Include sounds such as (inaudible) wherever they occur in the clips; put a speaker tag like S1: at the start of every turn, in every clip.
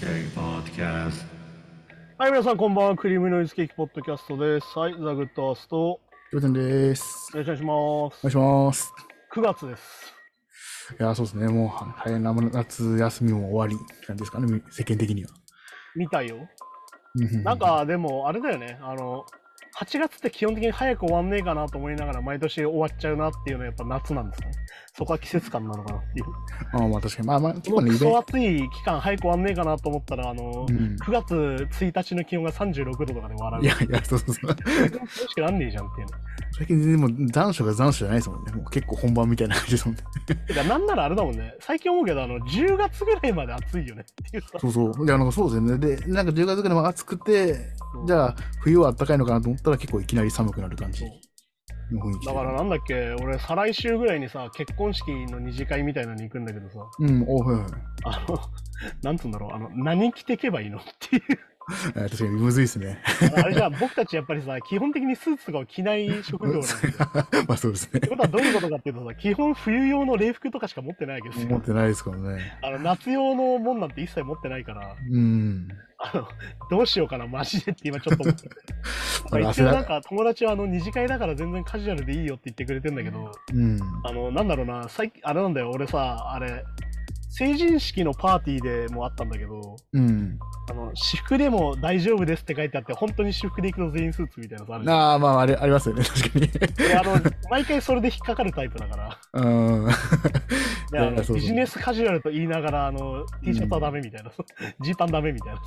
S1: Cake Podcast.
S2: はい、皆さん、こんばんは。クリームノイズケーキポッドキャストです。はい、ザ・グッドアースト。よ
S3: ようてんです。
S2: ろしくお願いします。
S3: お願いします。
S2: 9月です。
S3: いや、そうですね。もう、は早いな、夏休みも終わりって感じですかね、み世間的には。
S2: 見たよ。
S3: ううう
S2: なん、か、でも、あれだよね。あの、8月って基本的に早く終わんねえかなと思いながら、毎年終わっちゃうなっていうのはやっぱ夏なんですかね。そこは季節感なのかなっていう。
S3: ああまあ確かに。まあまあ、結
S2: も
S3: 構
S2: う
S3: ね、
S2: ク
S3: イベ
S2: ソ
S3: ント。
S2: 暑い期間早く終わんねえかなと思ったら、あの、
S3: うん
S2: 9月1日の気温が36度とかで笑う。
S3: いやいや、そうそうそう。
S2: 全然涼しくなんねえじゃんっていうの。
S3: 最近全然もう残暑が残暑じゃないですもんね。もう結構本番みたいな感じですもんね。
S2: てか、なんならあれだもんね。最近思うけど、あの、10月ぐらいまで暑いよねっていうさ。
S3: そうそう。いや、なんかそうですよね。で、なんか10月ぐらいも暑くて、じゃあ冬は暖かいのかなと思ったら結構いきなり寒くなる感じの雰囲気で。
S2: だからなんだっけ俺再来週ぐらいにさ結婚式の二次会みたいなのに行くんだけどさ
S3: うん、おはいはい。
S2: あの (laughs) なんつうんだろうあの何着てけばいいのっていう
S3: えー確かにむずいですね。
S2: あれじゃ
S3: (laughs)
S2: あ僕たちやっぱりさ基本的にスーツとかを着ない職業なんだよっ
S3: まあそうですね
S2: て。ことはどういうことかっていうとさ基本冬用の礼服とかしか持ってないわけです
S3: 持っ
S2: よ
S3: てないですからね。
S2: あの夏用のもんなんて一切持ってないから
S3: うん。
S2: あのどうしようかなマジでって今ちょっと思って
S3: (laughs) あれ
S2: 一
S3: 汗
S2: 応
S3: だ
S2: なんか友達はあの二次会だから全然カジュアルでいいよって言ってくれてんだけど、
S3: うん。
S2: あの、なんだろうな、最近、あれなんだよ、俺さ、あれ、成人式のパーティーでもあったんだけど、
S3: うん。
S2: あの、私服でも大丈夫ですって書いてあって、本当に私服で行くと全員スーツみたいなさ、あるじゃん
S3: ああ、まあ、あれ、ありますよね、 (laughs) 確かに。
S2: 俺あの、毎回それで引っかかるタイプだから、
S3: うん。 (laughs)
S2: であの
S3: いやそうそう
S2: ビジネスカジュアルと言いながら、あの、T シャツはダメみたいな、ジーパンダメみたい
S3: (laughs)
S2: なさ、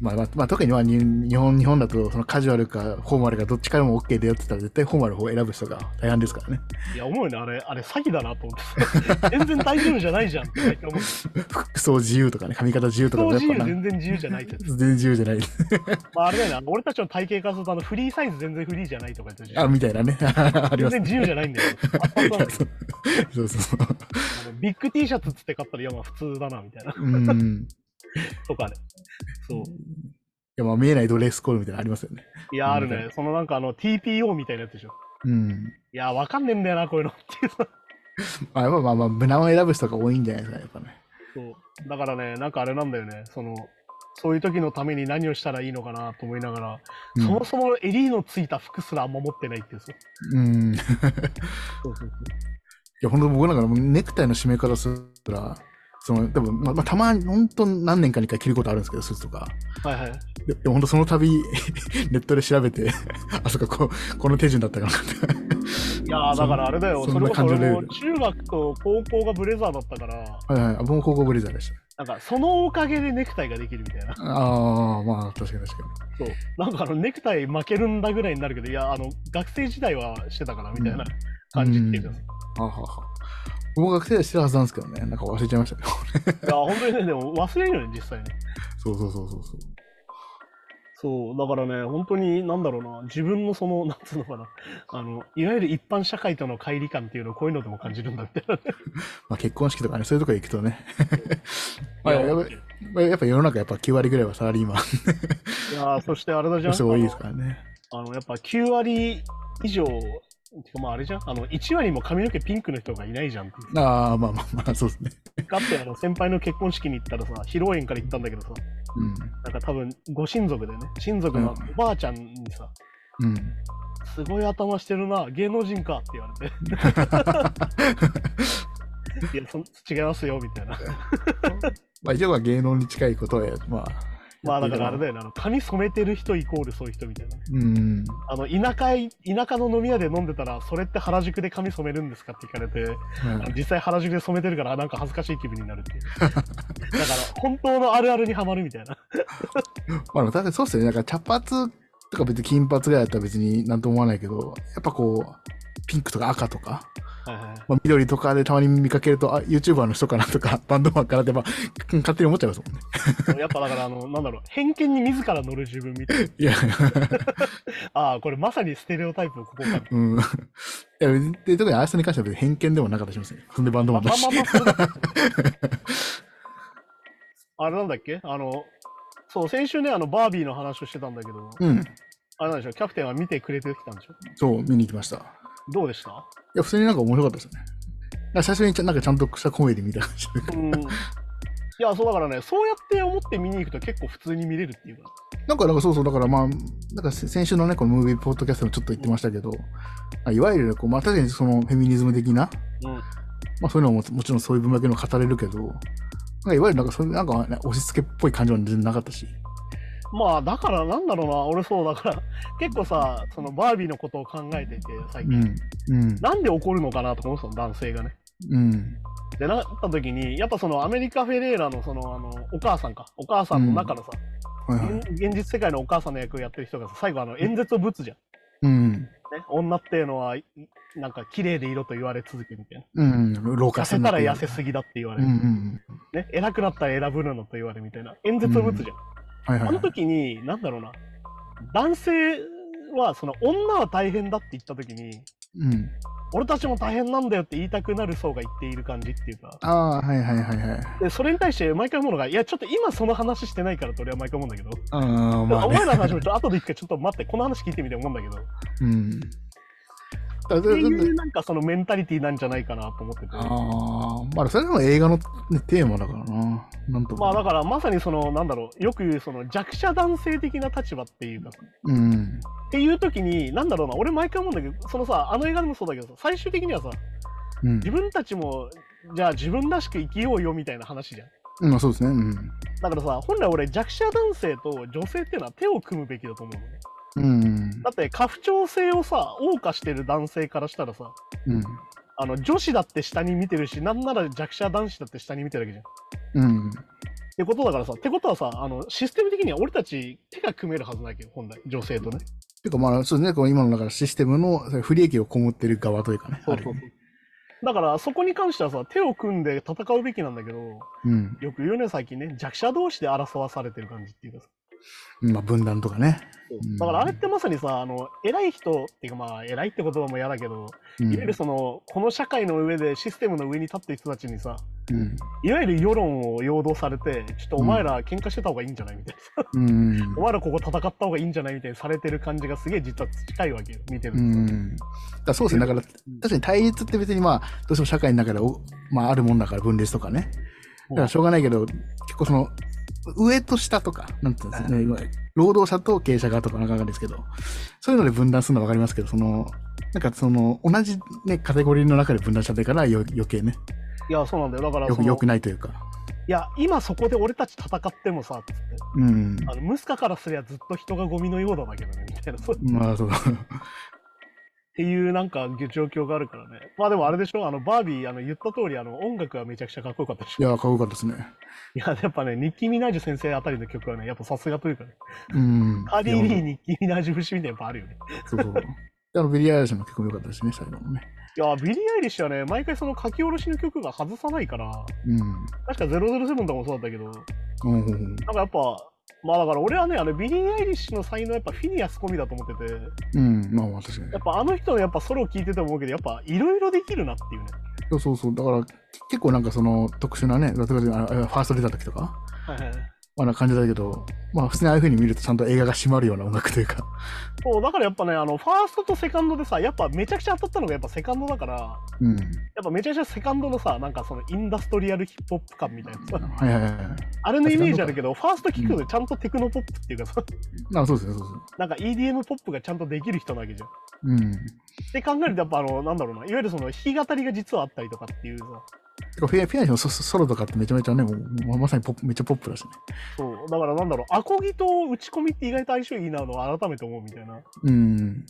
S3: まあ、まあ、まあ、特に、まあ、に日本、日本だと、そのカジュアルか、フォーマルか、どっちからも OK だよって言ったら、絶対フォーマルの方を選ぶ人が大半ですからね。 (laughs)
S2: いや、思うよね、あれ、あれ詐欺だなと思ってさ、全然大丈夫じゃないじゃんって最近思
S3: (laughs)
S2: う、
S3: 服装自由とかね、髪型自由とか
S2: 当
S3: も、
S2: 自
S3: やっ
S2: 由
S3: ぱなん
S2: 全然自由じゃないってやつ。
S3: 全然自由じゃない。 (laughs)
S2: まあ、あれだよね、あの俺たちの体型からすると、あの、フリーサイズ全然フリーじゃないとか言ってたじゃん
S3: あ、みたいなね。 (laughs) あり
S2: 全
S3: ます。
S2: 然自由じゃないん
S3: (laughs)
S2: だよ。
S3: いやそうそうそうそう。
S2: あのビッグ T シャツつって買ったら、いや、まあ普通だな、み
S3: (laughs)
S2: たいな。
S3: うん。
S2: とかね。そう。
S3: いや、まあ、見えないドレスコールみたいなのありますよね。
S2: いや、ある
S3: なん
S2: ね。そのなんかあの、TPO みたいなやつでしょ。
S3: うん。
S2: いや、わかんねえんだよな、こういうのっていうさ。
S3: まあ、やっぱまあまあ、無難を選ぶ人が多いんじゃないですか、やっぱね。
S2: そう。だからね、なんかあれなんだよね。その、そういう時のために何をしたらいいのかなと思いながら、
S3: うん
S2: そもそも襟のついた服すらあんま持ってないっていうさ。
S3: うん。
S2: そうそう
S3: いや、本当僕なんかもうネクタイの締め方するら、その、多分まあ、まあ、たまに、本当何年かに一回着ることあるんですけど、スーツとか。
S2: そう。はいはい。
S3: ででも本当その度、 (laughs) ネットで調べて、 (laughs) あ、そっか、こう、この手順だったかなって。 (laughs)
S2: いやー、だからあれだよ。
S3: そん
S2: それこそ
S3: そんな
S2: 俺
S3: 感じの
S2: も
S3: ルール
S2: 中学と高校がブレザーだったから、
S3: はいはい、あ僕も高校ブレザーでし
S2: なんかそのおかげでネクタイができるみたいな。
S3: た。ああ、まあ、確かに確か
S2: そうなんかあのネクタイ負けるんだぐらいになるけどいやあの学生時代はしてたからみたいな感じっていうか、
S3: うん
S2: いや
S3: に。はあ、はあはあ、僕学生でしてたはずなんですけどね、なんか忘れちゃいましたね。 (laughs)
S2: 本当にねでも忘れるよね実際ね
S3: そうそうそうそうそう。
S2: そうだからね本当になんだろうな自分のそのなんつうのかなあのいわゆる一般社会との乖離感っていうのをこういうのでも感じるんだみ
S3: (laughs)
S2: たいな
S3: まあ結婚式とかね、そういうとこ行くとね。 (laughs) まあ
S2: い
S3: や
S2: や
S3: っぱまあやっぱ世の中やっぱ9割ぐらいはサラリーマン
S2: いやーそしてあれだじゃん
S3: の人が多いですからね。
S2: あのあのやっぱ9割以上てかまああれじゃんあの1割も髪の毛ピンクの人がいないじゃんっていう
S3: ああ、まあまあまあ、そうですね。
S2: だってあの先輩の結婚式に行ったらさ披露宴から行ったんだけどさなんか多分ご親族でね親族のおばあちゃんにさ、
S3: うん。うん。
S2: すごい頭してるな、芸能人かって言われ (laughs) て、いや、そん違いますよ、み (laughs) たいな。
S3: まあ一応は芸能に近いことは、まあ。
S2: まあだからあれだ
S3: よ。
S2: よね、あの髪染めてる人イコールそういう人みたいな。
S3: うん。
S2: あの田舎い田舎の飲み屋で飲んでたら、それって原宿で髪染めるんですかって聞かれて、あの実際原宿で染めてるから、なんか恥ずかしい気分になる (laughs) っていう。だから、本当のあるあるにはまるみたいな。
S3: まあ、確かにそうっすよね。なんか茶髪とか別に金髪ぐらいだったら別になんとも思わないけど、やっぱこう、ピンクとか赤とか、
S2: はいはい
S3: まあ、緑とかでたまに見かけると、あ、YouTuber の人かなとか、 (laughs) バンドマンかなって、まあ、勝手に思っちゃいますもんね。
S2: や
S3: (laughs)
S2: っぱだから、あの、なんだろう、偏見に自ら乗る自分みたいな。
S3: いや、
S2: ああ、これまさにステレオタイプをここ
S3: (laughs)
S2: から。
S3: うん。いや、で特にあやさんに関しては別に偏見でもなかったりしますね。そんでバンド
S2: ま
S3: マ
S2: あまあ
S3: ンだし
S2: ま。あそれだけ、あれなんだっけあの、そう、先週ね、あの、バービーの話をしてたんだけど、
S3: うん。
S2: あれなんでしょう、キャプテンは見てくれてきたんでしょ
S3: そう、見に行きました。い
S2: どうでした
S3: や、普通になんか面白かったですね。なんか最初にちゃなんかちゃんとしたコメディみたいな感じで
S2: うん。いや、そうだからね、そうやって思って見に行くと結構普通に見れるっていうか。
S3: なんか、だからそうそう、だからまあ、なんかせ先週のね、このムービーポッドキャストでもちょっと言ってましたけど、あいわゆるこう、まあ確かにそのフェミニズム的な、
S2: うん
S3: まあそういうのももちろんそういう分だけの語れるけど、なんかいわゆるなんかそういう、なんか、ね、押し付けっぽい感じは全然なかったし。
S2: まあ、だからなんだろうな、俺そうだから、結構さ、そのバービーのことを考えていて、最
S3: う
S2: 近。
S3: ん。うん。
S2: なんで怒るのかなと思ってたの、男性がね。
S3: うん。
S2: で、なった時に、やっぱそのアメリカ・フェレーラのその、あの、お母さんか。お母さんの中のさ、
S3: はいはい。
S2: 現現実世界のお母さんの役をやってる人がさ最後あの演説をぶつじゃん。
S3: うん。
S2: ね、女っていうのは、いなんか綺麗でいろと言われ続けみたいな。
S3: うん。老化
S2: 痩
S3: す
S2: せ
S3: る
S2: たら痩せすぎだって言わ
S3: う
S2: れ
S3: んう
S2: る。
S3: ん。
S2: ね、偉くなったら選ぶのと言われみたいな。演説をぶつじゃん。
S3: はいはい
S2: あ
S3: は
S2: の
S3: い。
S2: 時に、なんだろうな、男性は、その女は大変だって言った時に、
S3: うん。
S2: 俺たちも大変なんだよって言いたくなる層が言っている感じっていうか、
S3: ああ、はいはいはいはい。
S2: でそれに対して毎回思うのが、いや、ちょっと今その話してないからと俺は毎回思うんだけど、
S3: ああ、
S2: で
S3: ま
S2: も
S3: あ、
S2: お
S3: ね。
S2: 前らの話もちょっと後で一回ちょっと待って、この話聞いてみて思うんだけど、っ
S3: うん。だだ
S2: て
S3: だ
S2: いうなんかそのメンタリティなんじゃないかなと思ってて。
S3: ああ、まあ、それでも映画の、ね、テーマだからな。なんとか。
S2: まあだからまさにそのなんだろうよく言うその弱者男性的な立場っていうか
S3: うん。
S2: っていう時になんだろうな俺毎回思うんだけどそのさあの映画でもそうだけどさ最終的にはさ
S3: うん
S2: 自。分たちもじゃあ自分らしく生きようよみたいな話じゃん
S3: うん、まあそうですね。うん。
S2: だからさ本来俺弱者男性と女性っていうのは手を組むべきだと思うのね
S3: うん。
S2: だって家父長制をさ謳歌してる男性からしたらさ
S3: うん。
S2: あの女子だって下に見てるしなんなら弱者男子だって下に見てるわけじゃんっ
S3: うん。
S2: てことだからさってことはさあのシステム的には俺たち手が組めるはずだけど本来女性とね
S3: ていうかまあ、そうですね。この今のだからシステムのそれ不利益をこもってる側というかね。
S2: そうそうそ
S3: ある
S2: うだからそこに関してはさ手を組んで戦うべきなんだけど
S3: 意味
S2: よく言うね最近ね弱者同士で争わされてる感じっていうかさ
S3: うん。まあ、分断とかね。うん
S2: だからあれってまさにさあの偉い人っていうかまあ偉いって言葉も嫌だけど、
S3: うん
S2: いわゆるそのこの社会の上でシステムの上に立ってる人たちにさ
S3: うん。
S2: いわゆる世論を陽動されてちょっとお前ら喧嘩してた方がいいんじゃないみたいな、
S3: うん
S2: お。前らここ戦った方がいいんじゃないみたいにされてる感じがすげえ実は近いわけよ見てる
S3: う
S2: と、
S3: ん。だからそうですね。だから、確かに対立って別にまあ、どうしても社会の中でお、まあ、あるもんだから分裂とかね。だからしょうがないけど、結構その、上と下とか、なんていうんですかね、今労働者と経営者側とかなんかわかんないですけど、そういうので分断するのはわかりますけど、その、なんかその、同じね、カテゴリーの中で分断しちゃってからよ余計ね、
S2: いやそうなんだよだから
S3: よ
S2: そ
S3: く、
S2: の
S3: よくないというか。
S2: いや今そこで俺たち戦ってもさつって
S3: うん。
S2: あのムスカからすりゃずっと人がゴミのようだだけどねみたいなそうっ
S3: まあ、そう。
S2: ていうなんか状況があるからねまあでもあれでしょあのバービーあの言った通りあの音楽はめちゃくちゃかっこよかったでし
S3: い
S2: ょ
S3: や、かっこよかったですね。
S2: いややっぱねニッキー・ミナージュ先生あたりの曲はねやっぱさすがというかね
S3: うん。
S2: カーディ・リ
S3: い
S2: ー
S3: や
S2: ニッキー・ミナージュ節みたいなやっぱあるよね
S3: そうそう。あの、ビリー・アイリッシュも結構良かったですね、最後のね。
S2: いやビリー・アイリッシュはね毎回その書き下ろしの曲が外さないから
S3: うん。
S2: 確か007とかもそうだったけどなんか
S3: うんうんうん
S2: やっぱまあだから俺はねあのビリー・アイリッシュの才能はやっぱフィニアス込みだと思ってて
S3: うん、まあまあ確かに
S2: や。っぱあの人のやっぱソロを聴いてても思うけどやっぱいろいろできるなっていうね
S3: そうそうそう。だから、結構なんかその特殊なね、例えばあファースト出た時とか、
S2: はいはいはい
S3: まあなんか感じだけど、まあ普通にああいう風に見るとちゃんと映画が締まるような音楽というか。
S2: そうだからやっぱねあのファーストとセカンドでさやっぱめちゃくちゃ当たったのがやっぱセカンドだからや
S3: うん。
S2: っぱめちゃくちゃセカンドのさなんかそのインダストリアルヒップホップ感みたいなさ
S3: はいはいはいはい。
S2: あれのイメージあるけどファースト聞くとちゃんとテクノポップっていうかさ
S3: あそうですね、そうそう。
S2: なんか EDM ポップがちゃんとできる人なわけじゃん。っ
S3: うん。
S2: て考えるとやっぱあのなんだろうないわゆるその弾き語りが実はあったりとかっていうさ
S3: てかフィアフィアリのソソソロとかってめちゃめちゃね、もうまあまさにポップめっちゃポップだしね。
S2: そうだからなんだろうアコギと打ち込みって意外と相性いいなのを改めて思うみたいな
S3: うん。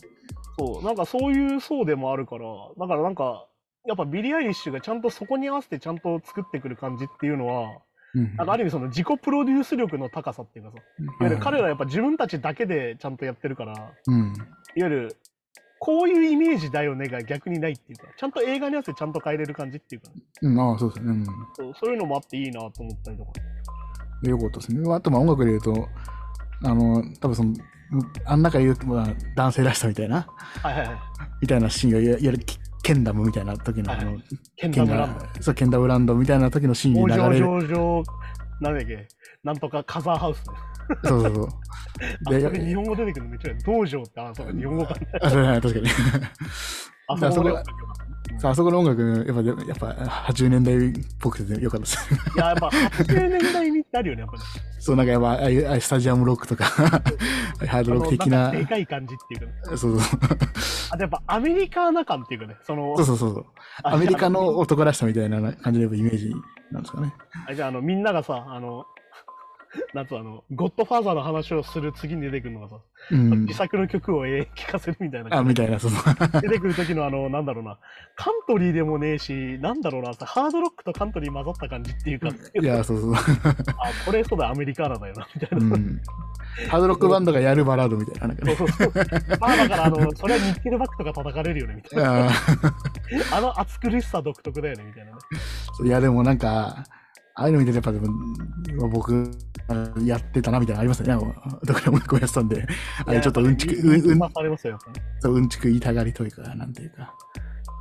S2: そうなんかそういう層でもあるからだからなんかやっぱビリー・アイリッシュがちゃんとそこに合わせてちゃんと作ってくる感じっていうのは
S3: うん
S2: なんかある意味その自己プロデュース力の高さっていうかさ、いわゆる彼らはやっぱ自分たちだけでちゃんとやってるから、いわ
S3: うん。
S2: ゆるこういうイメージだよねが逆にないっていうか、ちゃんと映画に合わせてちゃんと変えれる感じっていうか、
S3: うん、ああ、そうですね。うん
S2: そうそういうのもあっていいなと思ったりとか。
S3: でよかったですね。まああとまあ音楽で言うと、あの、多分その、あん中で言うと、まあ、男性らしさみたいな、
S2: はいはいはい。
S3: みたいなシーンが、いわゆるケケンダムみたいな時の、あ
S2: は
S3: の、
S2: ケン
S3: ケ
S2: ダ
S3: ン
S2: ムラ
S3: ダ
S2: ン
S3: そうケンダブランドみたいな時のシーン
S2: ド。
S3: に
S2: 往
S3: 流れ
S2: 生
S3: る。
S2: 上場、なんだっけ、なんとかカザーハウスね。
S3: そうそうそう。
S2: あ
S3: で
S2: そこで日本語出てく
S3: (laughs)
S2: るのめっちゃいい道場ってあ、そうか、日本語か。
S3: あ、そうはい確かに。
S2: あそこで
S3: だからそこあそこの音楽、やっぱで、やっぱ80年代っぽくてよかったです。 (laughs)
S2: いや、やっぱ80年代にってあるよね、やっぱね。
S3: そう、なんかやっぱ、ああいうああいうスタジアムロックとか、 (laughs) ハードロック的な
S2: あのんか、でかい感じっていうかね。
S3: そうそう
S2: あとやっぱアメリカーな感っていうかね、その、
S3: そうそうそうそう。
S2: あ
S3: アメリカ
S2: じゃあ
S3: の男らしさみたいな感じのやっぱイメージなんですかね。
S2: あじゃあ、あの、みんながさ、あの、 (laughs) なんつうのあの、ゴッドファーザーの話をする次に出てくるのがさ、
S3: うん
S2: 自。作の曲を永遠聴かせるみたいな
S3: あ、
S2: 感じ
S3: みたいな、そうそう。
S2: (laughs) 出てくる時のあの、なんだろうな、カントリーでもねえし、なんだろうな、ハードロックとカントリー混ざった感じっていうか、
S3: いや、そうそう。
S2: あ、これそうだ、アメリカーナだよな、みたいな。
S3: うん。ハードロックバンドがやるバラードみたいな、なんか
S2: そう。
S3: ね
S2: そうそう。まあだから、あの、それはニッケルバックとか叩かれるよね、みたいな。
S3: あ
S2: あの暑苦しさ独特だよね、みたいなね。
S3: ーいや、でもなんか、ああいうの見ててやっぱでも、僕、あやってたなみたいなのありますね。どこでも音楽をやってたんで、あれちょっとうんちく、
S2: いや
S3: うん、うん
S2: まあされますよ、やっぱね。
S3: そううんちく言いたがりというか、なんていうか。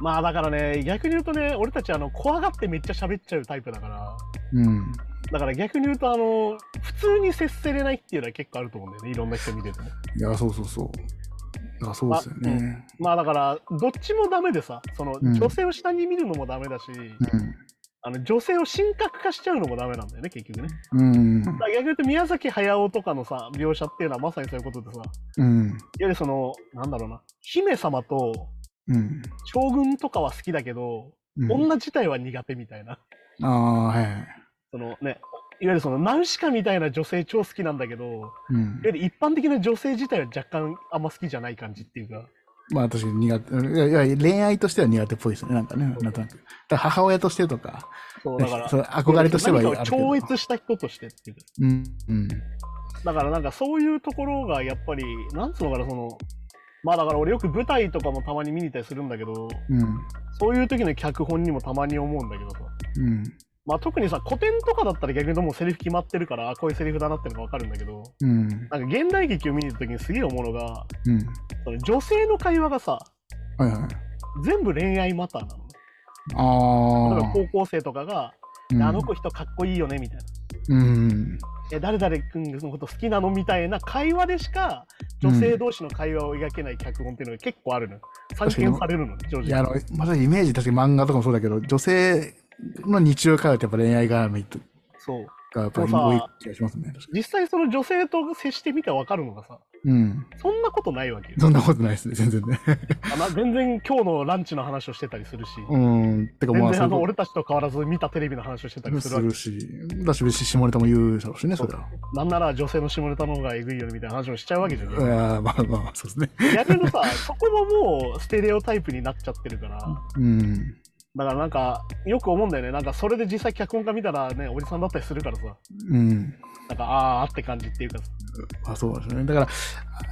S2: まあだからね、逆に言うとね、俺たちあの怖がってめっちゃ喋っちゃうタイプだから、
S3: うん。
S2: だから逆に言うと、あの、普通に接せれないっていうのは結構あると思うんだよね、いろんな人見てても。
S3: いや、そうそうそう。あ、そうですよね。
S2: まあだから、どっちもダメでさ、その、
S3: うん
S2: 女性を下に見るのもダメだし、あの女性を神格化しちゃうのもダメなんだよね、結局ね。
S3: うん。
S2: だから逆に言うと、宮崎駿とかのさ、描写っていうのはまさにそういうことでさ、
S3: うん。
S2: いわゆるその、なんだろうな、姫様と
S3: うん。
S2: 将軍とかは好きだけど、
S3: うん。
S2: 女自体は苦手みたいな。
S3: ああ、はいはい。
S2: そのね、いわゆるそのナウシカみたいな女性超好きなんだけど、いわ
S3: うん。
S2: ゆる一般的な女性自体は若干あんま好きじゃない感じっていうか、
S3: まあ確かに苦手。いやいや恋愛としては苦手っぽいですよね。なんかね、なんとなく。だから母親としてとか、
S2: そうだ
S3: ね
S2: から
S3: (laughs) そ、の憧れとしてはあ
S2: 何
S3: る
S2: かを
S3: けど
S2: 超越した人としてっていうか
S3: うん。うん。
S2: だからなんかそういうところがやっぱり、なんつうのかな、その、まあだから俺よく舞台とかもたまに見に行ったりするんだけど、
S3: うん。
S2: そういう時の脚本にもたまに思うんだけどさ。
S3: うん。
S2: まあ特にさ、古典とかだったら逆に言うともうセリフ決まってるから、あこういうセリフだなってのがわかるんだけど、
S3: うん。
S2: なんか現代劇を見に行った時にすげえ思うのが、
S3: うん。
S2: その女性の会話がさ、
S3: はいはい。
S2: 全部恋愛マターなの。
S3: あ
S2: 例え
S3: あ
S2: ば。高校生とかが、
S3: うん
S2: あの子人かっこいいよねみたいな。
S3: うん。
S2: え、誰々君のこと好きなのみたいな会話でしか、女性同士の会話を描けない脚本っていうのが結構あるのよ。散見されるのね、常
S3: いや、あ
S2: 時。
S3: の、まさにイメージ、確かに漫画とかもそうだけど、女性の日常会話ってやっぱ恋愛絡みと
S2: そう。
S3: か、やっぱり
S2: そうさ
S3: 多い気がしますね。確か
S2: 実際その女性と接してみてわかるのがさ、
S3: にうん。
S2: そんなことないわけよ。
S3: そんなことないですね、
S2: (laughs)
S3: 全然ね。
S2: あまあ全然今日のランチの話をしてたりするし、
S3: うん。てか、ま
S2: 全
S3: あ、
S2: 然
S3: そ
S2: あ
S3: ういう
S2: の
S3: こ
S2: 俺たちと変わらず見たテレビの話をしてた
S3: と
S2: りす
S3: す
S2: るわけ
S3: るし、だし別に下ネタも言うだろうしね、それは。
S2: なんなら女性の下ネタの方がえぐいよねみたいな話をしちゃうわけじゃ
S3: い
S2: ん。
S3: や、まあまあまあ、そうですね。
S2: やけどさ、そこももうステレオタイプになっちゃってるから、
S3: うん。
S2: だからなんかよく思うんだよね、なんかそれで実際脚本家見たらね、おじさんだったりするからさ、
S3: うん。
S2: なんかあーあって感じっていうかさ、
S3: まあそうですね。だから、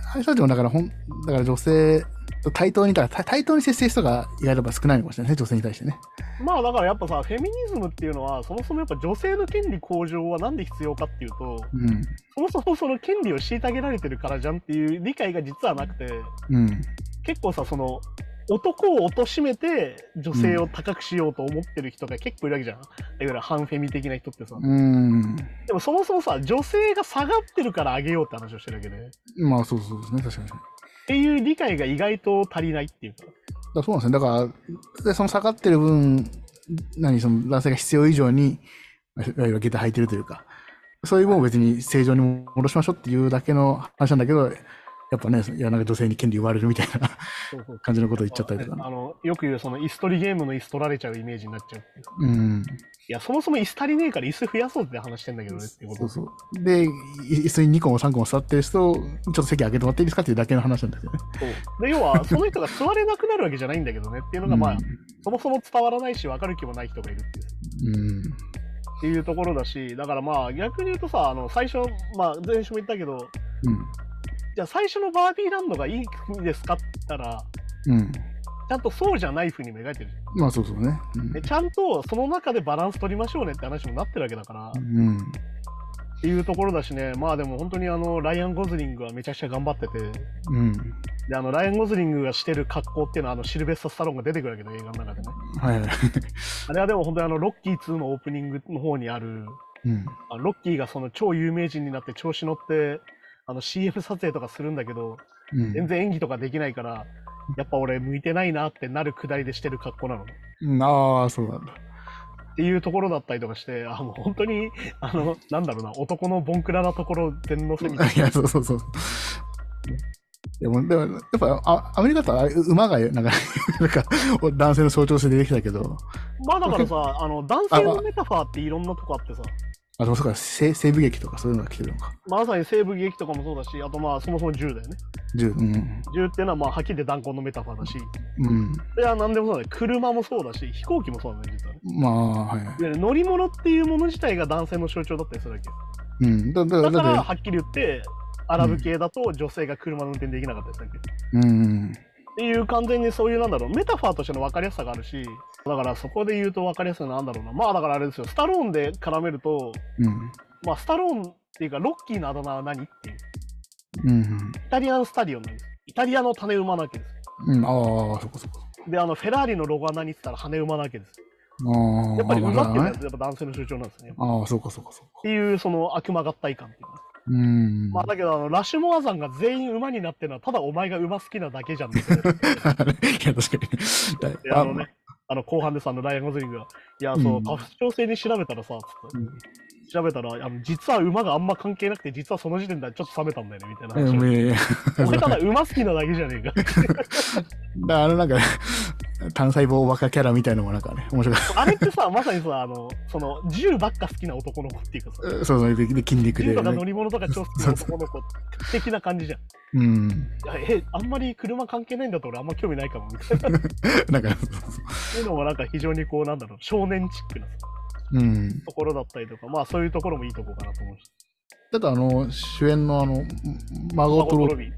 S3: ああいう人たちもだからほん、だから女性と対等に、だから対対等に接する人が意外とやっぱ少ないのかもしれないですね、女性に対してね。
S2: まあだからやっぱさ、フェミニズムっていうのは、そもそもやっぱ女性の権利向上はなんで必要かっていうと、
S3: うん。
S2: そもそもその権利を虐げられてるからじゃんっていう理解が実はなくて、
S3: うん。
S2: 結構さ、その、男を貶めて女性を高くしようと思ってる人が結構いるわけじゃん。いわゆる反フェミ的な人ってさ。
S3: うん。
S2: でもそもそもさ、女性が下がってるから上げようって話をしてるわけで。っ
S3: まあそうそうですね、確かに。だか
S2: ていう理解が意外と足りないっていうか。
S3: らそうなんですね。だから、でその下がってる分、何、その男性が必要以上に、いわゆる下駄履いてるというか、そういう分を別に正常に戻しましょうっていうだけの話なんだけど、やっぱね、いやなんか女性に権利奪われるみたいな
S2: そうそう。
S3: 感じのことを言っちゃったりとか
S2: (laughs) あ
S3: ね。
S2: の、よく言うその椅子取りゲームの椅子取られちゃうイメージになっちゃうっていう。
S3: うん。
S2: いや、そもそも椅子足りねえから椅子増やそうって話してんだけどねっていうこと
S3: そう。そう。で、い椅子に2個も3個も座ってる人、ちょっと席開けてもらっていいですかっていうだけの話なんだけどね。
S2: そうで、要はその人が座れなくなるわけじゃないんだけどねっていうのが、まあ、そもそも伝わらないし分かる気もない人がいるっていう。
S3: うん。
S2: っていうところだし、だからまあ逆に言うとさ、あの最初、まあ前週も言ったけど、じゃあ最初のバービーランドがいい国ですかって言ったら、
S3: うん。うん。
S2: ちゃんとそうじゃない風に描いてるじ
S3: まあそうそうね。
S2: ゃんで。ちゃんとその中でバランス取りましょうねって話もなってるわけだから、
S3: う
S2: っ
S3: ん。うん
S2: ていうところだしね、まあでも本当にあの、ライアン・ゴズリングはめちゃくちゃ頑張ってて、
S3: うん。
S2: で、あの、ライアン・ゴズリングがしてる格好っていうのはあの、シルベスタ・スタローンが出てくるわけど、映画の中でね。
S3: はい (laughs) はい。
S2: あれはでも本当にあの、ロッキー2のオープニングの方にある、
S3: うん。
S2: あのロッキーがその超有名人になって調子乗って、あの CM 撮影とかするんだけど、
S3: うん
S2: 全然演技とかできないから、やっぱ俺向いてないなってなるくだりでしてる格好なのね。
S3: うんああ、そうなんだ。
S2: っていうところだったりとかして、あ、もう本当に、あの、なんだろうな、男のボンクラなところ全のせみ
S3: (laughs)
S2: たいな。
S3: いや、そうそうそう。でも、でもやっぱあアメリカとはあれ馬が、なんか、 (laughs) なんか男性の象徴性でできたけど、
S2: まあだからさ、あの、男性のメタファーっていろんなとこあってさ、
S3: あ、でもそうか、西西部劇とかそういうのが来てるのか。
S2: まさに西部劇とかもそうだし、あとまあそもそも銃だよね。
S3: 銃、うん。
S2: 銃っていうのはまあ、はっきり言って弾痕のメタファーだし、
S3: うん。
S2: いや、なんでもそうだね。車もそうだし、飛行機もそうだね、実はね。
S3: まあ、はい。
S2: で乗り物っていうもの自体が男性の象徴だったりするわけよ。
S3: うん。だだ
S2: だか
S3: だ
S2: ら、
S3: って
S2: はっきり言って、アラブ系だと女性が車の運転できなかったりするわけよ。
S3: うん。
S2: っていう完全にそういうなんだろうメタファーとしての分かりやすさがあるしだからそこで言うと分かりやすいのはなんだろうなまあだからあれですよスタローンで絡めると
S3: うん。
S2: まあスタローンっていうかロッキーのあだ名は何っていう
S3: うん。
S2: イタリアンスタディオンなんですイタリアの種馬なわけです
S3: うん。ああ、そこそこ。
S2: であのフェラーリのロゴは何って言ったら羽馬なわけです
S3: ああ。
S2: やっぱり馬っていうのは
S3: あ
S2: やっぱ男性の象徴なんですねっ
S3: ああ、そうかそうかそうか。
S2: ていうその悪魔合体感っていうか
S3: うん。
S2: まあだけどあのラシュモア山が全員馬になってるのはただお前が馬好きなだけじゃんって言って
S3: (laughs) (laughs) いや、確かに。だ
S2: であのねあの後半でさあのライアン・ゴズリングが「いやそううん過不調性に調べたらさ」つって
S3: あうん
S2: 調べたら、あの実は馬があんま関係なくて、実はその時点ではちょっと冷めたんだよねみたいな
S3: う
S2: 話を。
S3: んいやいや
S2: 俺ただ馬好きなだけじゃねえか。 (laughs)
S3: だあのなんか、単細胞若キャラみたいのもなんかね、面白かっ
S2: あれってさ、まさにさ、あの、その、銃ばっか好きな男の子っていうかさ、
S3: た。そうそう、でで筋肉
S2: 銃
S3: で、
S2: とか
S3: ね
S2: 乗。り物とか超好きな男の子的な感じじゃん。
S3: うん。
S2: いやえ、あんまり車関係ないんだと俺あんま興味ないかもみたいな。っ
S3: なんか、そうそうそ
S2: ていうのもなんか非常にこう、なんだろう、少年チックなさ
S3: う。うん。
S2: ところだったりとか、まあそういうところもいいとこかなと思うし。
S3: だとあの、主演のあの、
S2: マ
S3: 孫と
S2: ゴ
S3: ロ
S2: トロビー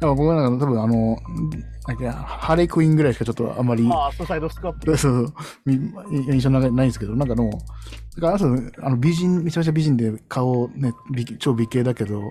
S3: いや僕なんか多分あの、なんかハーレークイーンぐらいしかちょっとあんまり、
S2: ああ、スーサイドスクワット。
S3: そうそう、み印象ないんですけど、なんかでも、だからあの人あの美人、めちゃめちゃ美人で顔ね、美超美形だけど、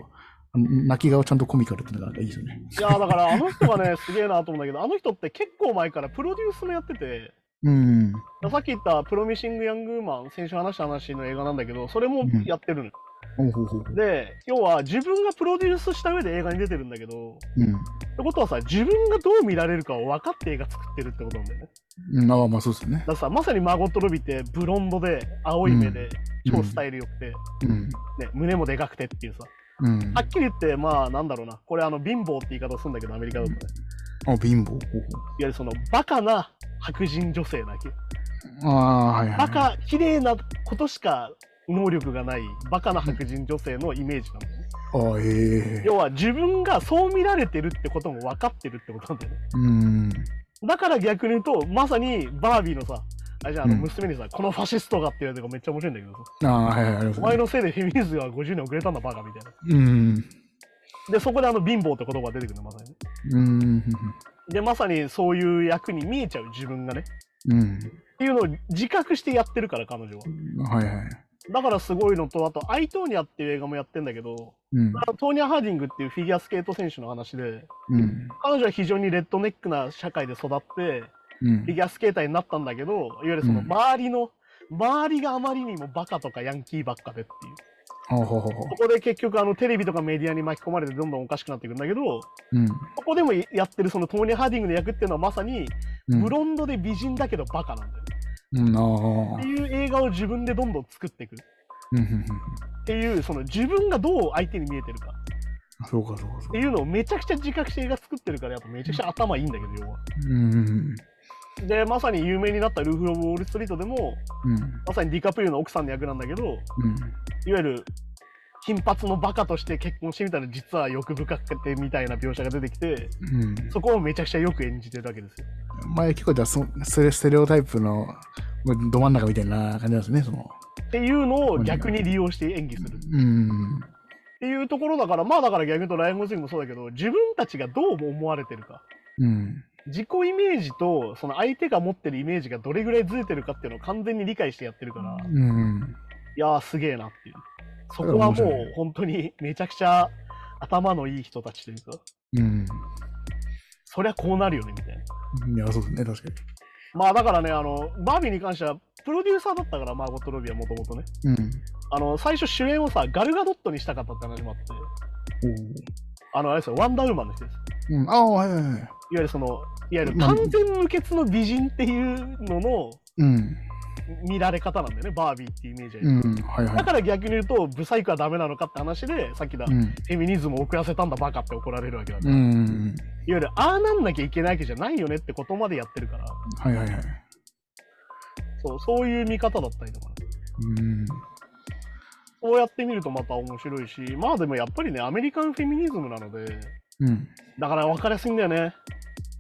S3: あの泣き顔ちゃんとコミカルってのがなんかいいですよね。
S2: いやーだからあの人がね、すげえなと思うんだけど、あの人って結構前からプロデュースもやってて、
S3: うん。
S2: さっき言った「プロミシング・ヤング・ウーマン」先週話した話の映画なんだけどそれもやってるの、
S3: ほうほうほうほう。
S2: で要は自分がプロデュースした上で映画に出てるんだけど
S3: うん。
S2: ってことはさ自分がどう見られるかを分かって映画作ってるってことなんだよね
S3: うん、ああ、まあそうですよね
S2: だ。からさまさにマーゴット・ロビーってブロンドで青い目で
S3: う
S2: 超
S3: ん
S2: スタイル良くて、
S3: うん。
S2: ね、胸もでかくてっていうさ
S3: うん
S2: は。っきり言ってまあなんだろうなこれあの貧乏って言い方するんだけどアメリカだとねいわ
S3: あ、貧乏。ほう
S2: ゆるそのバカな白人女性なき
S3: ほうああ、はいはい。
S2: バカ綺麗なことしか能力がないバカな白人女性のイメージなの、
S3: ああ、へえ。
S2: 要は自分がそう見られてるってことも分かってるってことなんだよね
S3: うん。
S2: だから逆に言うとまさにバービーのさあれじゃんあの
S3: うん
S2: 娘にさ、このファシストがって言われてめっちゃ面白いんだけどさ、
S3: ああ、はいはい、ありがと
S2: お
S3: うござ
S2: 前
S3: いま
S2: のせいでフェミニズムは50年遅れたんだバカみたいな
S3: す。うん。
S2: でそこであの貧乏って言葉が出てくるのまさにね
S3: うん。
S2: でまさにそういう役に見えちゃう自分がね
S3: うん。
S2: っていうのを自覚してやってるから彼女は
S3: はいはい。
S2: だからすごいのとあと「アイ・トーニャ」っていう映画もやってんだけど
S3: うん。
S2: あのトーニャ・ハーディングっていうフィギュアスケート選手の話で
S3: うん。
S2: 彼女は非常にレッドネックな社会で育って
S3: うん
S2: フィギュアスケーターになったんだけどいわゆるその
S3: うん
S2: 周りの、周りがあまりにもバカとかヤンキーばっかでっていう
S3: ほうほうほうほ
S2: そこで結局あのテレビとかメディアに巻き込まれてどんどんおかしくなっていくんだけど
S3: う。うん。
S2: そこでもやってるそのトーニー・ハーディングの役っていうのはまさに
S3: うん
S2: ブロンドで美人だけどバカなんだよ、
S3: うん、ああ。
S2: っていう映画を自分でどんどん作っていくっ
S3: うんうんうん。
S2: ていうその自分がどう相手に見えてるか
S3: そうかそうかそ
S2: って
S3: うか。
S2: いうのをめちゃくちゃ自覚して映画作ってるからやっぱめちゃくちゃ頭いいんだけど要は。
S3: うん。うん。
S2: でまさに有名になったルーフ・オブ・ウォール・ストリートでも
S3: うん。
S2: まさにディカプリオの奥さんの役なんだけどいわゆる金髪のバカとして結婚してみたら実は欲深くてみたいな描写が出てきて
S3: うん。
S2: そこをめちゃくちゃよく演じてるわけですよ
S3: 前結構じゃあそ、それステレオタイプのど真ん中みたいな感じなんですね、その。
S2: っていうのを逆に利用して演技するっ
S3: うん。
S2: ていうところだからまあだから逆に言うとライオン・ゴズリングもそうだけど自分たちがどう思われてるか
S3: うん。
S2: 自己イメージとその相手が持ってるイメージがどれぐらいずれてるかっていうのを完全に理解してやってるから
S3: うん。
S2: いやーすげえなっていうそこはも
S3: 面白
S2: う本当にめちゃくちゃ頭のいい人たちというか
S3: うん。
S2: そりゃこうなるよねみたいない
S3: や、そうですね、確か
S2: まあだからねあのバービーに関してはプロデューサーだったからマーゴット・ロビーはもともとね
S3: に。うん。
S2: あの最初主演をさガルガドットにしたかったって話もあって
S3: おー
S2: あのあれですよワンダーウーマンの人です
S3: うん、ああ、はいはいはい。
S2: いわゆるその、いわゆる完全無欠の美人っていうのの
S3: うん。
S2: 見られ方なんだよね、バービーっていうイメージは
S3: うん。はいは
S2: だ
S3: い。
S2: から逆に言うと、ブサイクはダメなのかって話で、さっきだ、
S3: うん。
S2: フェミニズムを遅らせたんだバカって怒られるわけだから、
S3: う
S2: いわ
S3: ん。
S2: ゆるああなんなきゃいけないわけじゃないよねってことまでやってるから、
S3: はいはいはい。
S2: そうそういう見方だったりとかね、
S3: うん。
S2: そうやってみるとまた面白いし、まあでもやっぱりね、アメリカンフェミニズムなので、
S3: うん。
S2: だから分かりやすいんだよね。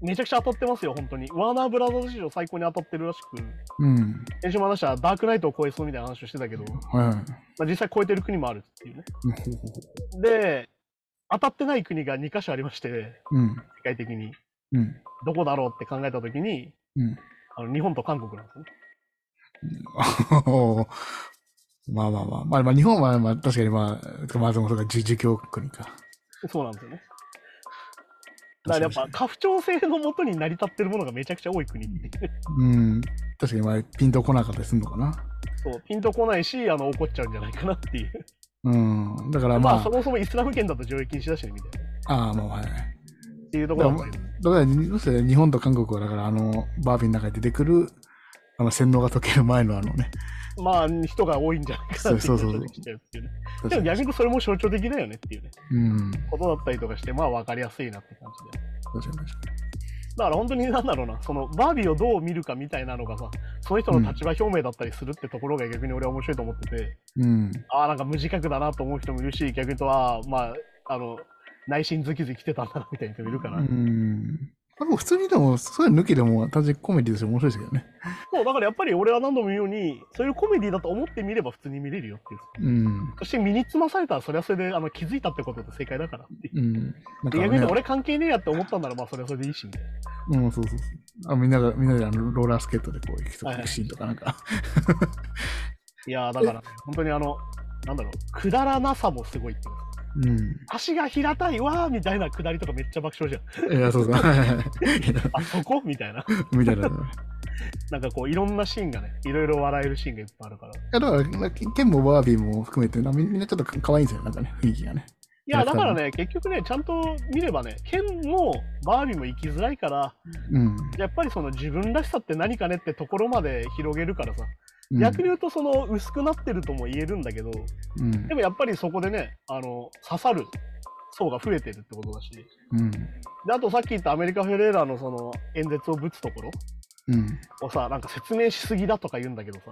S2: めちゃくちゃ当たってますよ、本当に。ワーナーブラザーズ史上最高に当たってるらしく、
S3: うん。
S2: 先週も話したダークナイトを超えそうみたいな話をしてたけど、
S3: はいは
S2: ま
S3: い。
S2: あ、実際超えてる国もあるっていうね。
S3: ほうほうほ
S2: で、当たってない国が2カ所ありまして、
S3: ううん。
S2: 世界的に。
S3: うん。
S2: どこだろうって考えたときに、
S3: うん。 (laughs)
S2: あの日本と韓国なんですね。
S3: おーまあまあまあ。まあまあ、日本は、まあ確かにまあ、まあでもそうか、じゅ儒教国か。
S2: そうなんですよね。だからやっぱ、家父長制のもとに成り立ってるものがめちゃくちゃ多い国っていう
S3: うん。確かにまあ、ピンとこなかったりするのかな。
S2: そう、ピンとこないし、あの、怒っちゃうんじゃないかなっていう。
S3: うん。だから
S2: まあ、
S3: まあ
S2: そ、もそもイスラム圏だと上映禁止だしね、みたいな。
S3: ああ、まあはい。
S2: っていうところなんですけど
S3: だから、どうせ日本と韓国は、だから、あの、バービーの中に出てくる、あの、洗脳が解ける前のあのね。
S2: まあ、人が多いんじゃないかなってい
S3: そううそうそう
S2: 気がしてきちゃうっていうね。でも逆に言うとそれも象徴的だよねっていうね、
S3: うん。
S2: ことだったりとかして、まあ分かりやすいなって感じで。
S3: 確かに確か
S2: だから本当になんだろうな、そのバービーをどう見るかみたいなのがさ、その人の立場表明だったりするってところが逆に俺は面白いと思ってて、
S3: に。うん。
S2: ああ、なんか無自覚だなと思う人もいるし、逆に言うと、ああ、まあ、あの、内心ズキズキ来てたんだなみたいな人もいるから、
S3: うん。まあでも普通にでも、そういうの抜きでも、単純にコメディとして面白いですけどね。
S2: そうだからやっぱり俺は何度も言うように、そういうコメディだと思って見れば普通に見れるよっていう。
S3: うん。
S2: そして身につまされたらそれはそれであの気づいたってことで正解だからっていう。
S3: うん。なん
S2: 逆
S3: か、
S2: に
S3: ね
S2: 言うと、俺関係ねえやって思ったんならまあそれはそれでいいしみたいな。
S3: うん、そうそうそう。あみんなが、みんなであのローラースケートでこう行くと
S2: はいはい
S3: か、シーンとかなんか。
S2: いやーだから、本当にあの、なんだろう、くだらなさもすごいっていうか。
S3: うん。
S2: 足が平たいわーみたいなくだりとかめっちゃ爆笑じ (laughs) ゃん。
S3: いや、そうそう。はいはいはい
S2: あそこみたいな。
S3: みたいな。い
S2: なんかこういろんなシーンがね、いろいろ笑えるシーンがいっぱいあるから。い
S3: や、だから、なんかケンもバービーも含めて、なみんなちょっとか可愛いんですよ、なんかね、雰囲気がね。
S2: やだからね、結局ね、ちゃんと見ればね、ケンもバービーも生きづらいから、
S3: うん。
S2: やっぱりその自分らしさって何かねってところまで広げるからさ、
S3: うん
S2: 逆に言うとその薄くなってるとも言えるんだけど、
S3: うん
S2: で。もやっぱりそこでね、あの、刺さる層が増えてるってことだし、
S3: うん。
S2: で、あとさっき言ったアメリカ・フェレーラーのその演説をぶつところ
S3: うん。
S2: をさ、なんか説明しすぎだとか言うんだけどさ、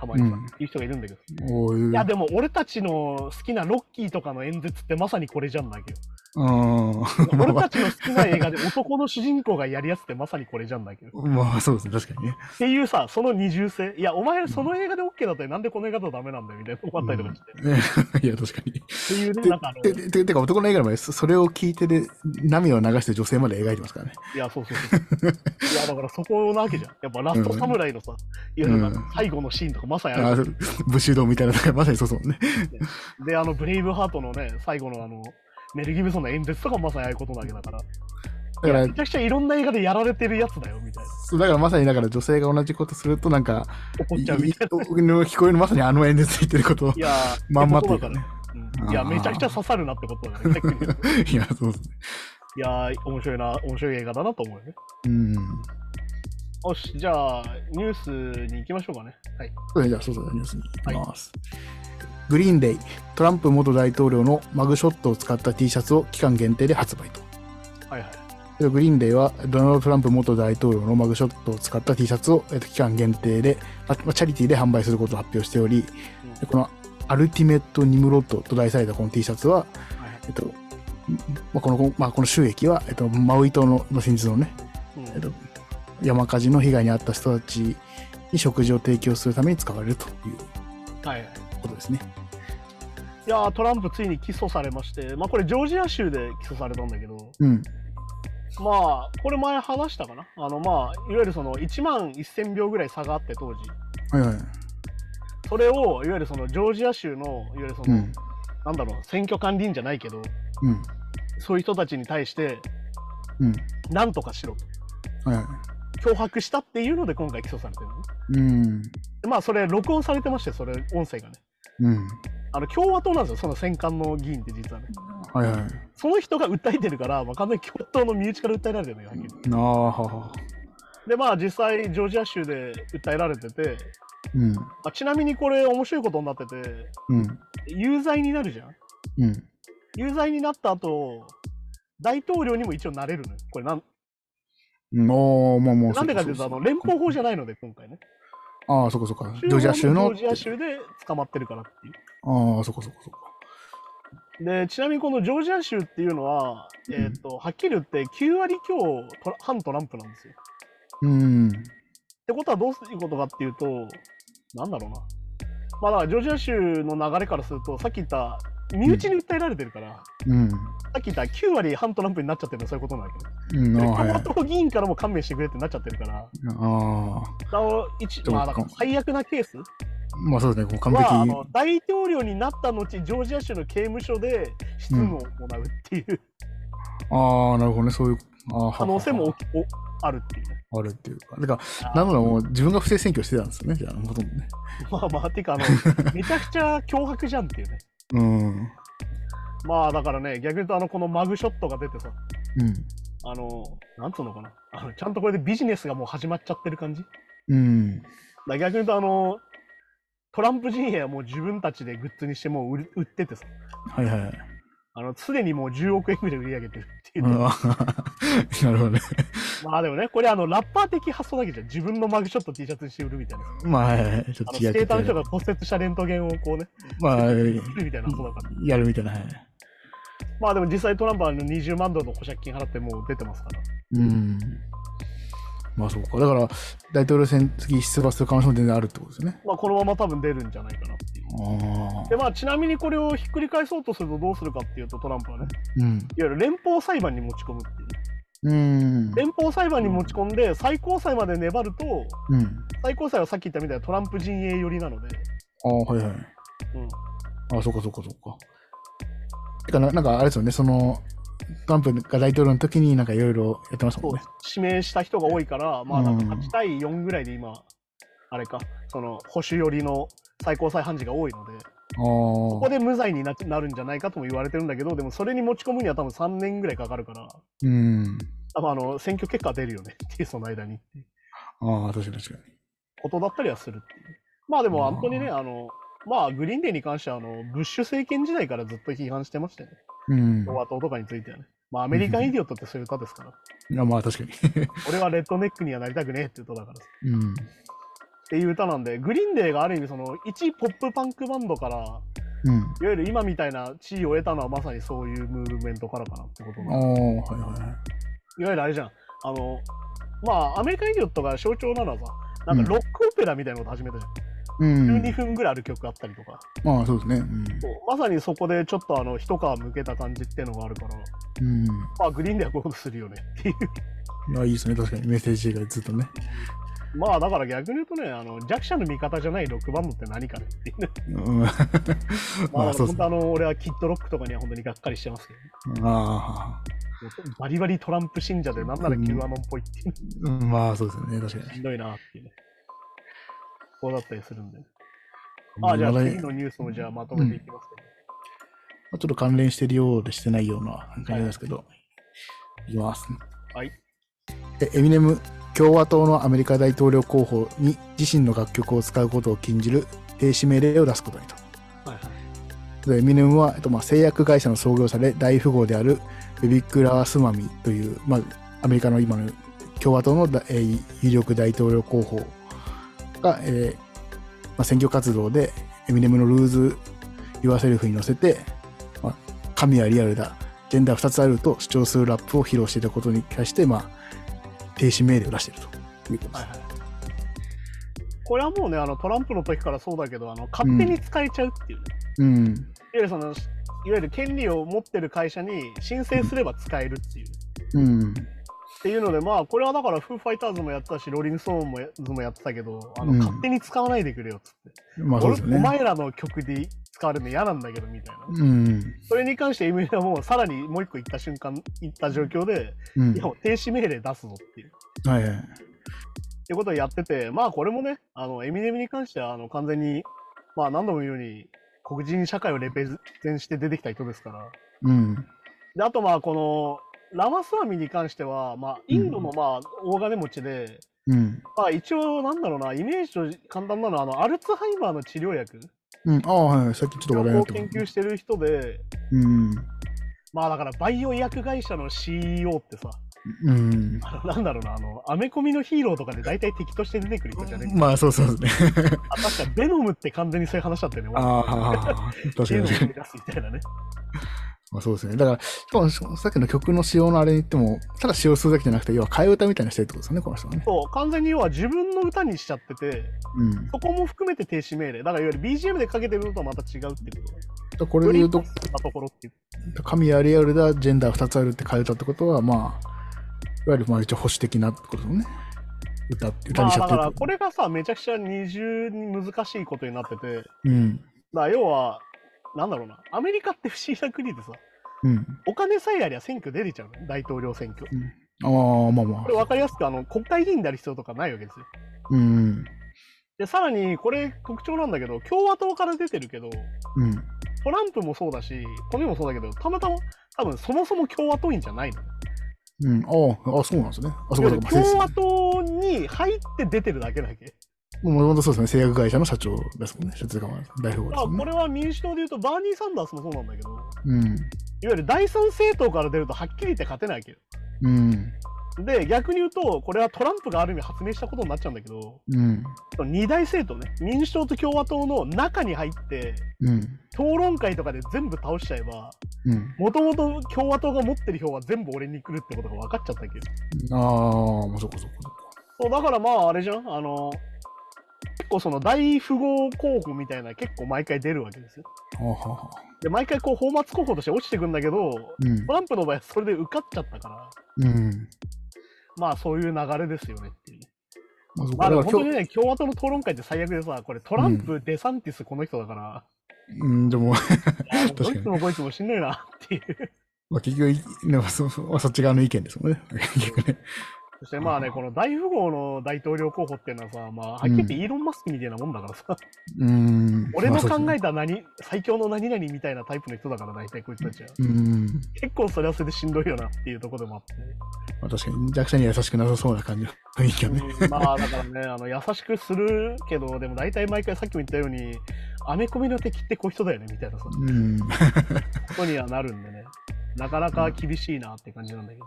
S2: たまにさ、
S3: うん
S2: 言う人がいるんだけど、
S3: おー
S2: いやでも俺たちの好きなロッキーとかの演説ってまさにこれじゃんだけど、
S3: うん。 (laughs) まあ
S2: 俺
S3: ま
S2: たちの好きな映画で男の主人公がやるやつってまさにこれじゃんだけど、
S3: あ、まあ、そうですね、確かにね。
S2: っていうさ、その二重性、いや、お前その映画で OK だったらなんでこの映画だとダメなんだよみたいな思ったりとかして、っ
S3: ねいや、確かに。
S2: ていうね、
S3: で
S2: なんかあの、
S3: て、て、ててか、男の映画の場合、そそれを聞いてで、涙を流してる女性まで描いてますからね。
S2: いや、そうそうそう。いや、だからそこなわけじゃん。やっぱラストサムライのさ、いや、なんか最後のシーンとかまさにあるじゃん
S3: あー武士道みたいな、だからまさにそうそうね。
S2: で、あの、ブレイブハートのね、最後のあの、メル・ギブソンの演説とかまさにああいうことなわけだから、
S3: だから
S2: め、ちゃくちゃいろんな映画でやられてるやつだよ、みたいな。
S3: そうだからまさにだから女性が同じことするとなんか、
S2: 怒っちゃうみたいな。
S3: いいの聞こえるまさにあの演説言ってること
S2: いやー、
S3: まんまとい
S2: だ
S3: う
S2: か
S3: からね。。
S2: うんいや、
S3: あー
S2: めちゃくちゃ刺さるなってことだね。 (laughs) 逆に言うと
S3: いや、そうですね。
S2: いやー、面白いな、面白い映画だなと思うよね。
S3: うん。
S2: よし、じゃあ、ニュースに行きましょうかね。はい。
S3: それじゃあ、そうそう、ニュースに行きます。グリーンデイ、トランプ元大統領のマグショットを使った T シャツを期間限定で発売と。
S2: はいはい。
S3: でグリーンデイはドナルド・トランプ元大統領のマグショットを使った T シャツを、えっと、期間限定で、あまあチャリティーで販売することを発表しており、でこのアルティメット・ニムロットと題されたこの T シャツは、
S2: はいはい
S3: えっと、まあ、この、まあ、この収益は、えっと、マウイ島の、まあ、先日のね、
S2: うん
S3: えっと、山火事の被害に遭った人たちに食事を提供するために使われるという
S2: はいはい
S3: ことですね。
S2: いやートランプついに起訴されまして、まあこれジョージア州で起訴されたんだけど、
S3: うん。
S2: まあこれ前話したかなあのまあいわゆるその1万1000票ぐらい差があって当時
S3: はいはい。
S2: それをいわゆるそのジョージア州のいわゆるその、
S3: うん。
S2: なんだろう選挙管理員じゃないけど
S3: うん。
S2: そういう人たちに対して
S3: うん。
S2: 何とかしろと
S3: はいはい。
S2: 脅迫したっていうので今回起訴されてるのね
S3: うん。
S2: でまあそれ録音されてましてそれ音声がね
S3: うん。
S2: あの共和党なんですよその選管の議員って実はね
S3: はいはい。
S2: その人が訴えてるから、まあ、完全に共和党の身内から訴えられてるのよはっきり
S3: なあ、はは。
S2: でまあ実際ジョージア州で訴えられてて、
S3: うん。
S2: まあ、ちなみにこれ面白いことになってて
S3: うん。
S2: 有罪になるじゃん
S3: うん。
S2: 有罪になった後大統領にも一応なれるのよこれなん
S3: うんおー、もうもう。
S2: なんでかっていうとあの連邦法じゃないので今回ね
S3: ああ、そこそこ。ジョージア州の。
S2: 中央ジョージア州で捕まってるからっていう
S3: ああ、そこそこそこ。
S2: でちなみにこのジョージア州っていうのは、
S3: ん
S2: えー、とはっきり言って9割強トラ反トランプなんですよ。っ
S3: うん。
S2: てことはどういうことかっていうとなんだろうなまあだからジョージア州の流れからするとさっき言った身内に訴えられてるから、さ
S3: うん。
S2: っき言った9割反トランプになっちゃってるのはそういうことなんだけど
S3: うん、
S2: で
S3: ああ、はい
S2: 共
S3: は
S2: 和
S3: い。
S2: 党議員からも勘弁してくれってなっちゃってるから
S3: あ
S2: だから一
S3: どうか
S2: まあだから最悪なケース
S3: あ。まあそうですね、こう完
S2: はあ
S3: 璧。
S2: の大統領になった後ジョージア州の刑務所で執務を行うっていう
S3: ああ、なるほどね、そういう。ああ、
S2: 可能性
S3: は
S2: も
S3: は
S2: おきおあるっていうね。
S3: はあるっていうか。だから、なんならもう自分が不正選挙してたんですよね、じゃあ、ほとんどね。
S2: まあまあ、てかあの、めちゃくちゃ脅迫じゃんっていうね。
S3: うん。
S2: まあだからね、逆に言うと、あの、このマグショットが出てさ、
S3: うん。
S2: あの、なんつうのかな、あのちゃんとこれでビジネスがもう始まっちゃってる感じ。だか
S3: うん。
S2: ら逆に言うと、あの、トランプ陣営はもう自分たちでグッズにしてもう売り売っててさ、
S3: はいはいはい。
S2: あの、すでにもう10億円ぐらい売り上げてるっていう、ね
S3: ああ (laughs) なるほどね。
S2: まあでもね、これあの、ラッパー的発想だけじゃん。自分のマグショット T シャツにして売るみたいな。
S3: まあ、はいはいちょ
S2: あの、
S3: っと
S2: ス
S3: 違う
S2: ケ
S3: け
S2: ーターの人
S3: ど。
S2: が骨折したレントゲンをこうね、
S3: まあ、
S2: 売るみたいな発想だから。
S3: やるみたいな。はい
S2: まあでも実際トランプはあの20万ドルの保釈金払ってもう出てますから。
S3: うん。まあそうか。だから、大統領選次出馬する可能性も全然あるってことですよね。
S2: まあ、このまま多分出るんじゃないかなっていう。
S3: あ
S2: でまあ、ちなみにこれをひっくり返そうとするとどうするかっていうとトランプはね
S3: あ。うん。
S2: いわゆる連邦裁判に持ち込むっていう
S3: うん。
S2: 連邦裁判に持ち込んで最高裁まで粘ると
S3: うん。
S2: 最高裁はさっき言ったみたいなトランプ陣営寄りなので、
S3: ああ、はいは
S2: う
S3: い。
S2: ん、
S3: ああ、そうかそうかそうか。てかな、なんかあれですよね、その、トランプが大統領の時になんかいろいろやってました
S2: そう
S3: も
S2: ん
S3: ね。
S2: 指名した人が多いから、まあ、なんか
S3: うん
S2: 8対4ぐらいで今あれかその保守寄りの最高裁判事が多いので
S3: あ
S2: ここ
S3: あ。
S2: で無罪にななるんじゃないかとも言われてるんだけどでもそれに持ち込むには多分3年ぐらいかかるから
S3: うん。
S2: 多分あの選挙結果出るよねっていうその間にっていう。
S3: ああ、確かに確か
S2: ことだったりはするっていう。まあで
S3: あ
S2: も
S3: ー
S2: 本当にね、あの、まあグリーンデーに関してはあの、ブッシュ政権時代からずっと批判してましたよね。
S3: に。うん。
S2: 共和党とかについてはね。まあアメリカンイディオットってそういう歌ですから。
S3: あまあ確かに。
S2: 俺はレッドネックにはなりたくねえっていう歌だから。っ
S3: (laughs) うん。
S2: ていう歌なんで、グリーンデーがある意味その、一ポップパンクバンドから、いわ
S3: うん。
S2: ゆる今みたいな地位を得たのはまさにそういうムーブメントからかなってこと
S3: ああ、
S2: な。
S3: はいはいはい。
S2: いわゆるあれじゃん。あの、まあアメリカンイディオットが象徴なのはさ、なんかロックオペラみたいなこと始めたじ
S3: う
S2: ゃん。
S3: ん
S2: 12。分ぐらいある曲あったりとか。
S3: まあそうですね。うん
S2: そうまさにそこでちょっとあの一皮むけた感じっていうのがあるから、
S3: うん。
S2: まあ、グリーンではこういうことするよねっていう。
S3: いや、いいですね。確かに。メッセージがずっとね。
S2: まあだから逆に言うとね、あの弱者の味方じゃないロックバンドって何かねっていうね。
S3: うん。
S2: ま
S3: (laughs) ま
S2: あ、
S3: あそうで
S2: 本
S3: すね。
S2: 当あの俺はキッドロックとかには本当にがっかりしてますけど、
S3: ああ。
S2: もうバリバリトランプ信者でなんなら Q アノンっぽいっていうね、
S3: うんまあそうですよね。確か
S2: し
S3: に。
S2: んどいなっていうね。そうだったりするんで、ね。まあじゃあ
S3: まだ
S2: 次のニュースもじゃあまとめていきますけど、
S3: まあちょっと関連してるようでしてないような感じなんですけど、い、きます。
S2: はい。
S3: えエミネム共和党のアメリカ大統領候補に自身の楽曲を使うことを禁じる停止命令を出すことにと。
S2: はいはい
S3: でエミネムは、えっとまあ、製薬会社の創業者で大富豪であるベビック・ラースマミという、まあ、アメリカの今の共和党のだ、えー有力大統領候補が、えーまあ、選挙活動でエミネムのルーズ・ユアセルフに乗せて、まあ、神はリアルだジェンダー2つあると主張するラップを披露していたことに対して、まあ、停止命令を出しているということです。
S2: はいはい。これはもうね、あのトランプの時からそうだけど、あの勝手に使えちゃうっていうね。
S3: うん
S2: いわゆるそのいわゆる権利を持ってる会社に申請すれば使えるっていう。
S3: うん
S2: っていうのでまあこれはだからフーファイターズもやったしローリングストーンもやズもやってたけどあの、
S3: うん
S2: 勝手に使わないでくれよっつって、
S3: まあそうですよ
S2: 俺お
S3: ね。
S2: 前らの曲で使われるの嫌なんだけどみたいな、
S3: うん。
S2: それに関して m はもうさらにもう一個言った瞬間言った状況で、
S3: うん
S2: いや。もう停止命令出すぞっていう。
S3: はいはい。
S2: ってことをやってて、まあこれもね、あのエミネムに関してはあの完全に、まあ何度も言うように、黒人社会をレペゼンして出てきた人ですから。
S3: うん。
S2: で、あとまあ、この、ラマスワミに関しては、まあ、インドのまあ、大金持ちで、
S3: うん。
S2: まあ一応なんだろうな、イメージと簡単なのは、あの、アルツハイマーの治療薬
S3: うん。ああ、はいはい。さっきちょっと話題にな
S2: を
S3: ったも
S2: 研
S3: ん
S2: 究してる人で、
S3: うん。
S2: まあだからバイオ医薬会社の CEO ってさ、
S3: うん。
S2: あのなんだろうな、あの、アメコミのヒーローとかで大体敵として出てくる人じゃねえ
S3: まあ、そうそうですね。
S2: あ、確かベノムって完全にそういう話だったよね。
S3: ああ、 (laughs) 確か
S2: ベノ
S3: に
S2: ムを。生み出すみたいなね。
S3: まあ、そうですね。だから、しかもしさっきの曲の使用のあれに言っても、ただ使用するだけじゃなくて、要は替え歌みたいなのしてるってことですよね、この人はね。
S2: そう、完全に要は自分の歌にしちゃってて、
S3: うん。
S2: そこも含めて停止命令。だからいわゆる BGM でかけてるのとはまた違うってことね。
S3: これ
S2: よ
S3: で
S2: り
S3: 言
S2: な
S3: うと、
S2: ところっていう。
S3: 神はリアルだ、ジェンダー2つあるって変えたってことは、まあ、いわゆるまあ一応保守的なってことですよね。歌って、歌
S2: まあ
S3: にしちゃ
S2: だ
S3: っ
S2: か
S3: て
S2: ら
S3: る。
S2: これがさ、めちゃくちゃ二重に難しいことになってて、
S3: うん。
S2: まあ要は、なんだろうな、アメリカって不思議な国でさ、
S3: うん。
S2: お金さえありゃ選挙出れちゃうの、大統領選挙。
S3: ああ、まあま
S2: こ
S3: あ
S2: れ。分かりやすくあの国会議員である必要とかないわけですよ。
S3: うん。
S2: で、さらにこれ特徴なんだけど、共和党から出てるけど、
S3: うん。
S2: トランプもそうだし、トミーもそうだけど、たまたま多分そもそも共和党員じゃないの。
S3: うん。ああ、あそうなんですね。あ、そうか、そうか。
S2: 共和党に入って出てるだけだっけ。
S3: もともとそうですね、製薬会社の社長ですもんね。社長が
S2: だか
S3: 代表で
S2: ら
S3: すもん
S2: これ
S3: ね。
S2: は民主党でいうと、バーニー・サンダースもそうなんだけど、いわ
S3: うん。
S2: ゆる第三政党から出るとはっきり言って勝てないわけよ。
S3: うん。
S2: で、逆に言うと、これはトランプがある意味発明したことになっちゃうんだけど、
S3: うん。
S2: 二大政党ね、民主党と共和党の中に入って、
S3: うん。
S2: 討論会とかで全部倒しちゃえば、
S3: うん。
S2: もともと共和党が持ってる票は全部俺に来るってことが分かっちゃったけど。
S3: ああ、まあ、そこそこそこ。
S2: そう、だからまああれじゃん、あの、結構その大富豪候補みたいな結構毎回出るわけですよ。
S3: はあはあはあ。
S2: で、毎回こう、泡沫候補として落ちてくんだけど、
S3: うん
S2: ト。ランプの場合はそれで受かっちゃったから、
S3: うん。
S2: まあそういう流れですよねっていう。
S3: まあ、そこ
S2: まあ
S3: だ
S2: でも本
S3: から今
S2: 当
S3: 日
S2: に、ね、共和党の討論会って最悪でさ、これトランプ、デサンティス、この人だから、
S3: うん、でも、
S2: あ
S3: 確か
S2: ど
S3: に
S2: いつもこいつもしんどいなっていう。
S3: まあ、結局、ねまあそまあそっち側の意見ですもんね。結局ね。
S2: そして
S3: (laughs)
S2: まあね、この大富豪の大統領候補っていうのはさ、まあ、はっきり言ってイーロン・マスクみたいなもんだからさ、
S3: うーん。
S2: 俺の考
S3: まあ
S2: えた何、最強の何々みたいなタイプの人だから、大体こいつたちは。
S3: そうですねうーん。
S2: 結構それはそれでしんどいよなっていうところでもあって。
S3: まあ、確かに弱者に優しくなさそうな感じの雰囲気がね。
S2: うんまあだからね、あの優しくするけど、でも大体毎回さっきも言ったように、アメコミの敵ってこういう人だよねみたいなさ、
S3: うん。
S2: ことにはなるんでね、なかなか厳しいなって感じなんだけど。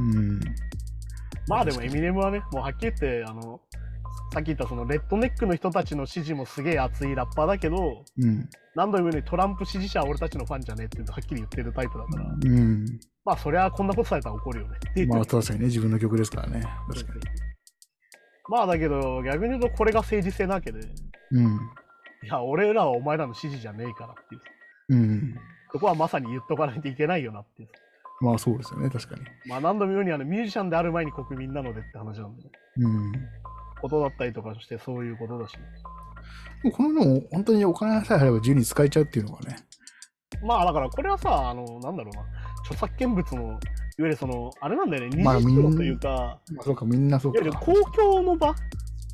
S3: うん。
S2: まあでもエミネムはね、もうはっきり言って、あの、さっき言ったそのレッドネックの人たちの支持もすげえ熱いラッパーだけど、
S3: うん。
S2: 何度も言うようにトランプ支持者は俺たちのファンじゃねえってはっきり言ってるタイプだから、
S3: うん。
S2: まあそりゃこんなことされたら怒るよねっていう。 (laughs)
S3: まあ、確かにね、自分の曲ですからね。確か
S2: まあだけど、逆に言うとこれが政治性なわけで、い
S3: に。うん。
S2: や、俺らはお前らの支持じゃねえからっていう。
S3: うん。
S2: そこはまさに言っとかないといけないよなっていう。
S3: まあ、そうですよね、確かに。
S2: まあ何度も言うようにあのミュージシャンである前に国民なのでって話なんで、
S3: うん。
S2: ことだったりとかしてそういうことだし。
S3: もうこのでも本当にお金さえあれば自由に使えちゃうっていうのがね。
S2: まあだからこれはさ、あの、なんだろうな、著作権物の、いわゆるその、あれなんだよね、
S3: まあ
S2: 二次使用というか、
S3: まあ、そうか、みんなそう
S2: いわゆる
S3: か。
S2: 公共の場、いわ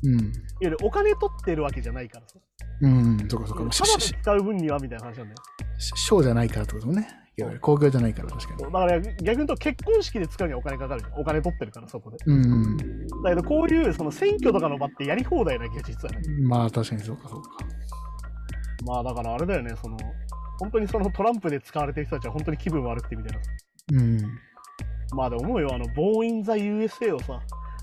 S3: うん。
S2: ゆるお金取ってるわけじゃないからさ、
S3: うん、そうか、そう
S2: た
S3: か。
S2: だ
S3: しし
S2: で使う分にはみたいな話なんだよ。
S3: し賞じゃないからってことですもんね。いわゆる公共じゃないから、確かに
S2: そ。うだから逆に言うと結婚式で使うにはお金かかるじゃん。お金取ってるからそこで。
S3: うん、
S2: だけどこういうその選挙とかの場ってやり放題な気が実はね。
S3: まあ確かにそうかそうか。
S2: まあだからあれだよね、その、本当にそのトランプで使われてる人たちは本当に気分悪くてみたいな。
S3: うん。
S2: まあでも思うよ、あの、ボーイン・ザ・ USA をさ、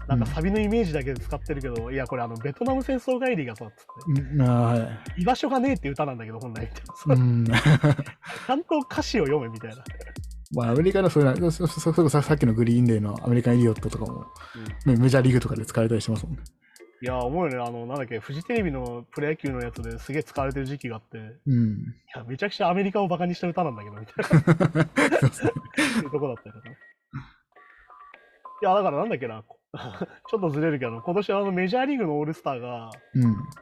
S2: なんかサビのイメージだけで使ってるけど、いや、これあの、ベトナム戦争帰りがさ、つっ
S3: うんあー
S2: て、居場所がねえって歌なんだけど、本来みたい
S3: は。
S2: ない
S3: うん。
S2: ちゃんと歌詞を読めみたいな。
S3: まあアメリカのそういうのそそそそささっきのグリーンデーのアメリカンイディオットとかも、ねメジャーリーグとかで使われたりしてますもんね。
S2: いや、思うよね、あの、なんだっけ、フジテレビのプロ野球のやつですげえ使われてる時期があって、い
S3: うん。
S2: や、めちゃくちゃアメリカをバカにした歌なんだけど、みたいな。
S3: そうですね
S2: っていうとこだったよね。いや、だからなんだっけな、こ (laughs) ちょっとずれるけど、今年はあのメジャーリーグのオールスターが、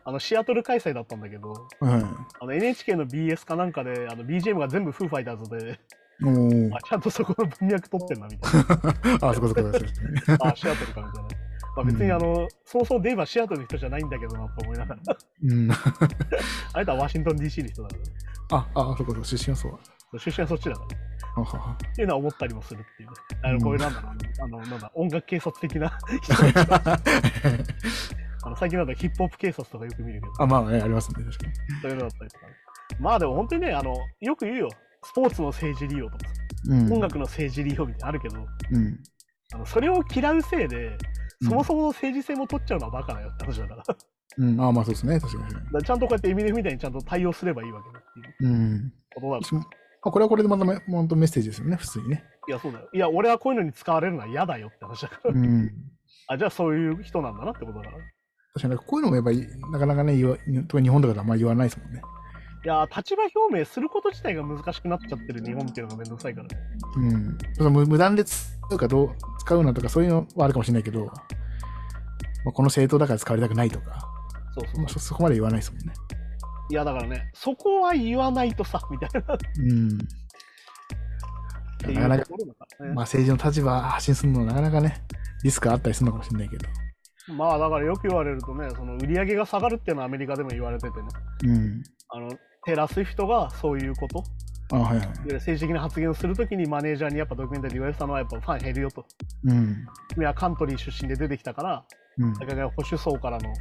S2: あのシアトル開催だったんだけど、
S3: うん。は
S2: あの NHK の BS かなんかで、あの BGM が全部フーファイターズで、
S3: い。もう
S2: あ、ちゃんとそこの文脈取ってんな、みたいな。
S3: あ、そこそこですね。 (laughs)
S2: あ、シアトルか、みたいな。ままあ、別にあの、そもそもデイブはシアトルの人じゃないんだけどなと思いながら、
S3: うん。あ、
S2: あれとはワシントン DC の人だから、
S3: あ、そうか、そう出身はそうだ。
S2: 出身はそっちだから、
S3: あはは
S2: っていうのは思ったりもするっていう、ね、あ
S3: う
S2: の
S3: ん
S2: こういうなんだろう、あの、なんだ、音楽警察的な
S3: (laughs)
S2: 人たちあの最近なんだヒップホップ警察とかよく見るけど、
S3: (laughs) あ、まあね、ありますね、確かに。
S2: そういうのだったりとかね、まあでも本当にね、あの、よく言うよ、スポーツの政治利用とかさ、
S3: うん、
S2: 音楽の政治利用みたいなのあるけど、
S3: うん。
S2: あのそれを嫌うせいで、そもそもの政治性も取っちゃうのはバカだよって話だから。 (laughs) だか
S3: うん、あまあそうですね、確かに。確から
S2: ちゃんとこうやってエミネムみたいにちゃんと対応すればいいわけだって
S3: (laughs)
S2: いう
S3: にうん。
S2: ことなの。
S3: 私もあこれはこれでまため、本当メッセージですよね、普通にね。
S2: いや、そうだよ。いや、俺はこういうのに使われるのは嫌だよって話だから。
S3: うん。
S2: あ、じゃあそういう人なんだなってことだから。い
S3: 確かに、こういうのもやっぱり、なかなかね、言わ特に日本だからあんま言わないですもんね。
S2: や、立場表明すること自体が難しくなっちゃってる日本っていうのがめんどくさいからね。
S3: うん。その無無断で使うかどう、使うなとか、そういうのはあるかもしれないけど、まあ、この政党だから使われたくないとか、
S2: そうそう
S3: まあ、そそこまで言わないですもんね。
S2: いや、だからね、そこは言わないとさ、みたいなっ
S3: うん。
S2: てい
S3: なかな
S2: う
S3: か
S2: ところだからね。
S3: まあ、政治の立場発信するのなかなかね、リスクあったりするのかもしれないけど。
S2: まあ、だからよく言われるとね、その売り上げが下がるっていうのはアメリカでも言われててね。
S3: うん。
S2: あの、テラスイフトがそういうこと
S3: あはいはい。
S2: いわゆる政治的な発言をするときにマネージャーにやっぱドキュメンタリーで言われてたのはやっぱファン減るよと。
S3: うん。
S2: 君はカントリー出身で出てきたから、
S3: うん。
S2: だから保守層からの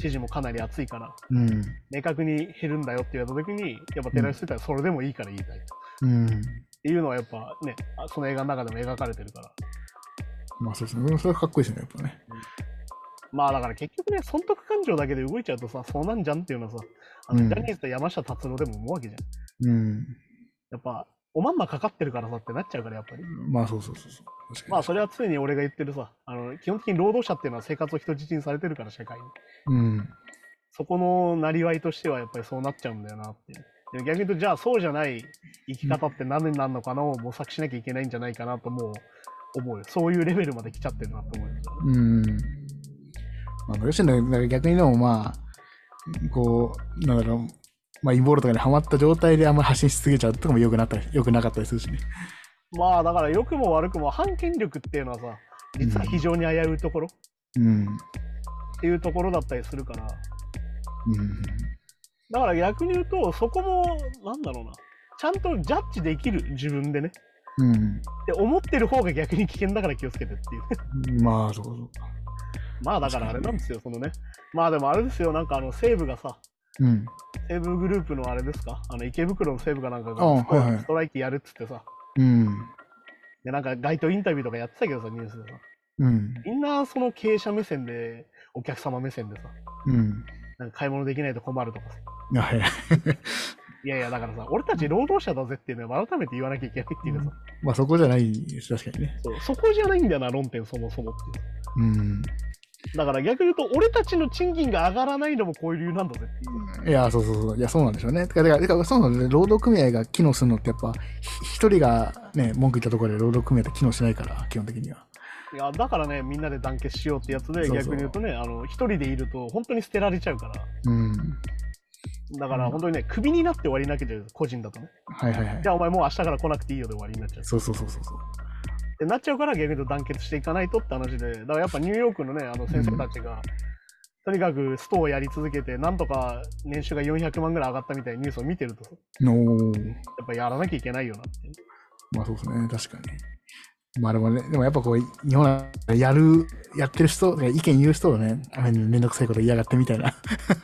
S2: 支持もかなり厚いから、
S3: うん。
S2: 明確に減るんだよって言われたときに、やっぱテラスイフトはそれでもいいから言いたいと。っ
S3: うん。
S2: ていうのはやっぱね、あその映画の中でも描かれてるから。
S3: まあそうですね。それはかっこいいですね、やっぱね。
S2: まあだから結局ね、損得感情だけで動いちゃうとさ、そうなんじゃんっていうのはさ、あの
S3: うん
S2: ジャニーズと山下達郎でも思うわけじゃん。
S3: うん。
S2: やっぱ、おまんまかかってるからさってなっちゃうから、やっぱり。
S3: まあそうそうそうそう。確かに。
S2: まあそれは常に俺が言ってるさ、あの基本的に労働者っていうのは生活を人質にされてるから、社会に。
S3: うん。
S2: そこのなりわいとしてはやっぱりそうなっちゃうんだよなっていう。でも逆に言うと、じゃあそうじゃない生き方って何になるのかなを模索しなきゃいけないんじゃないかなともう思うよ。そういうレベルまで来ちゃってるなと思うよ。
S3: うん。まあ、吉野なんか逆にでもまあ、こう、なんだろう、まあ、陰謀論とかにハマった状態であんまり発信しすぎちゃうとかも良くなったり、良くなかったりするしね。
S2: まあだから良くも悪くも反権力っていうのはさ、実は非常に危ういところ
S3: うん。
S2: っていうところだったりするから、
S3: うん。
S2: だから逆に言うと、そこも、なんだろうな、ちゃんとジャッジできる自分でね。
S3: うん。
S2: で思ってる方が逆に危険だから気をつけてっていう。 (laughs)
S3: まあ、そうそう。
S2: まあだからあれなんですよ、そのね。まあでもあれですよ、なんかあの西武がさ、
S3: うん。
S2: 西武グループのあれですか、あの池袋の西武かなんか
S3: あ
S2: が
S3: はいはい
S2: ストライキやるっつってさ、
S3: うん。
S2: でなんか街頭インタビューとかやってたけどさ、ニュースでさ、
S3: うん。
S2: みんなその経営者目線で、お客様目線でさ、
S3: うん。
S2: なんか買い物できないと困るとかさ、
S3: はい。
S2: いやいや、だからさ、俺たち労働者だぜっていうのは改めて言わなきゃいけないっていうかさ、
S3: まあ、そこじゃないです、確かにね。
S2: そうそこじゃないんだよな、論点そもそもっていう。
S3: うん。
S2: だから逆に言うと、俺たちの賃金が上がらないのもこういう理由なんだぜっていう。
S3: いや、そうそうそう。いや、そうなんでしょうね。てか、てか、てかそうなんですね。労働組合が機能するのって、やっぱ、ひ一人がね、文句言ったところで労働組合って機能しないから、基本的には。
S2: いやだからねみんなで団結しようってやつで
S3: そうそう
S2: 逆に言うとねあの一人でいると本当に捨てられちゃうから
S3: うん。
S2: だから本当にねクビになって終わりになっちゃう個人だとね
S3: はいはいはい
S2: じ。ゃあお前もう明日から来なくていいよで終わりになっちゃう
S3: そうそうそうそうそう。
S2: ってなっちゃうから逆に言うと団結していかないとって話でだからやっぱニューヨークのねあの先生たちが、とにかくストをやり続けてなんとか年収が400万ぐらい上がったみたいなニュースを見てるとや
S3: のー
S2: っぱやらなきゃいけないよなって
S3: まあそうですね、確かに。まあでもね、でもやっぱこう、日本はやる、やってる人、意見言う人をね、あめんどくさいこと言いやがってみたいな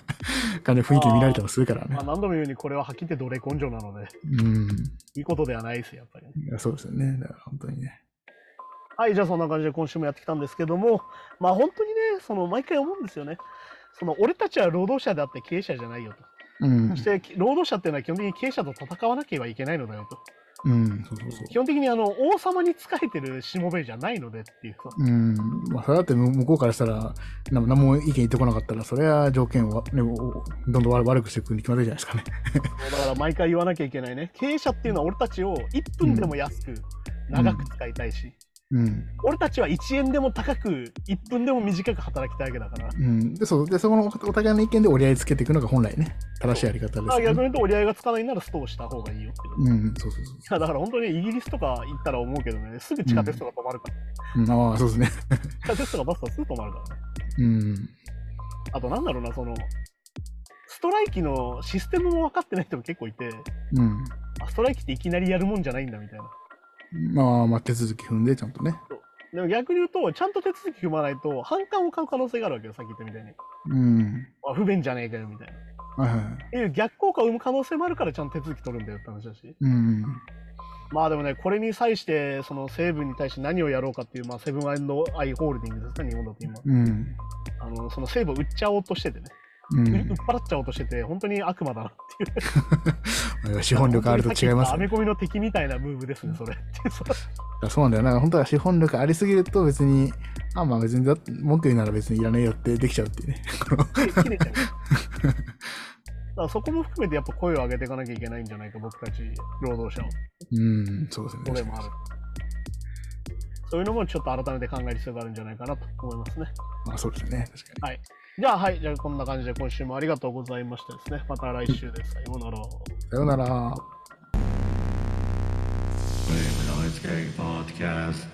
S3: (laughs) 感じの雰囲気で見られたりもするからね
S2: まあ。何度も言うようにこれははっきり言って奴隷根性なので
S3: うん。
S2: いいことではないですよやっぱりね
S3: いやそうですよね、だから本当にね。
S2: はい、じゃあそんな感じで今週もやってきたんですけども、まあ本当にね、その毎回思うんですよね。その俺たちは労働者であって経営者じゃないよと。
S3: うん
S2: そし。て労働者っていうのは基本的に経営者と戦わなければいけないのだよと。
S3: うん、そうそうそう
S2: 基。本的にあの王様に仕えてるしもべじゃないのでっていう。
S3: うん、まあ、それだって向向こうからしたら、な何も意見言ってこなかったら、それは条件を、ね、おおどんどん悪悪くしていくに決まってるじゃないですかね。
S2: だから毎回言わなきゃいけないね。経営者っていうのは俺たちを1分でも安く長く使いたいし、
S3: うん。
S2: 俺たちは1円でも高く1分でも短く働きたいわけだから。
S3: うん、でそうでそこのおお互いの意見で折り合いつけていくのが本来ね、正しいやり方で
S2: まあ
S3: すよ
S2: 逆に言
S3: ね。
S2: うと折り合いがつかないならストをした方がいいよっていう
S3: うん、そうそうそ
S2: いやだから本当にイギリスとか行ったら思うけどね、すぐ地下鉄とか止まるから、
S3: う。うん、ああ、そうですね。
S2: 地下鉄とかバスはすぐ止まるからね。
S3: うん。
S2: あとなんだろうな、その、ストライキのシステムも分かってない人も結構いて、
S3: うん。
S2: あストライキっていきなりやるもんじゃないんだみたいな。
S3: まあ、まあ、手続き踏んで、ちゃんとね。
S2: でも逆に言うと、ちゃんと手続き踏まないと、反感を買う可能性があるわけよ、さっき言ったみたいに。
S3: うん。
S2: あ不便じゃねえかよ、みたいな。っ
S3: はいはい。
S2: ていう逆効果を生む可能性もあるから、ちゃんと手続き取るんだよって話だし。
S3: うん。
S2: まあでもね、これに際して、その西武に対して何をやろうかっていう、まあ、セブンアイ・ホールディングスですか、日本だと今。
S3: うん。
S2: あのその西武を売っちゃおうとしててね。
S3: う
S2: (laughs) 売っ
S3: ん。
S2: 払っちゃおうとしてて、本当に悪魔だなっていう。
S3: 資本力あると違います
S2: ア
S3: ね。
S2: メコミの敵みたいなムーブですね、それ。 (laughs) ってそう
S3: そうなんだよ。なんか本当は資本力ありすぎると別に、あまあ別にだ、文句言うなら別にいらねえよってできちゃうっていうね。
S2: 切
S3: (laughs)
S2: れちゃう。だからそこも含めてやっぱ声を上げていかなきゃいけないんじゃないか、僕たち労働者の
S3: うん、そうです
S2: 声
S3: ね。
S2: もある。そういうのもちょっと改めて考える必要があるんじゃないかなと思いますね。
S3: まあそうですね。確か
S2: じゃあ、はい。じゃあ、こんな感じで今週もありがとうございましたですね。また来週です。さようなら。
S3: に。さようなら。
S1: Flame Noise Gang Podcast.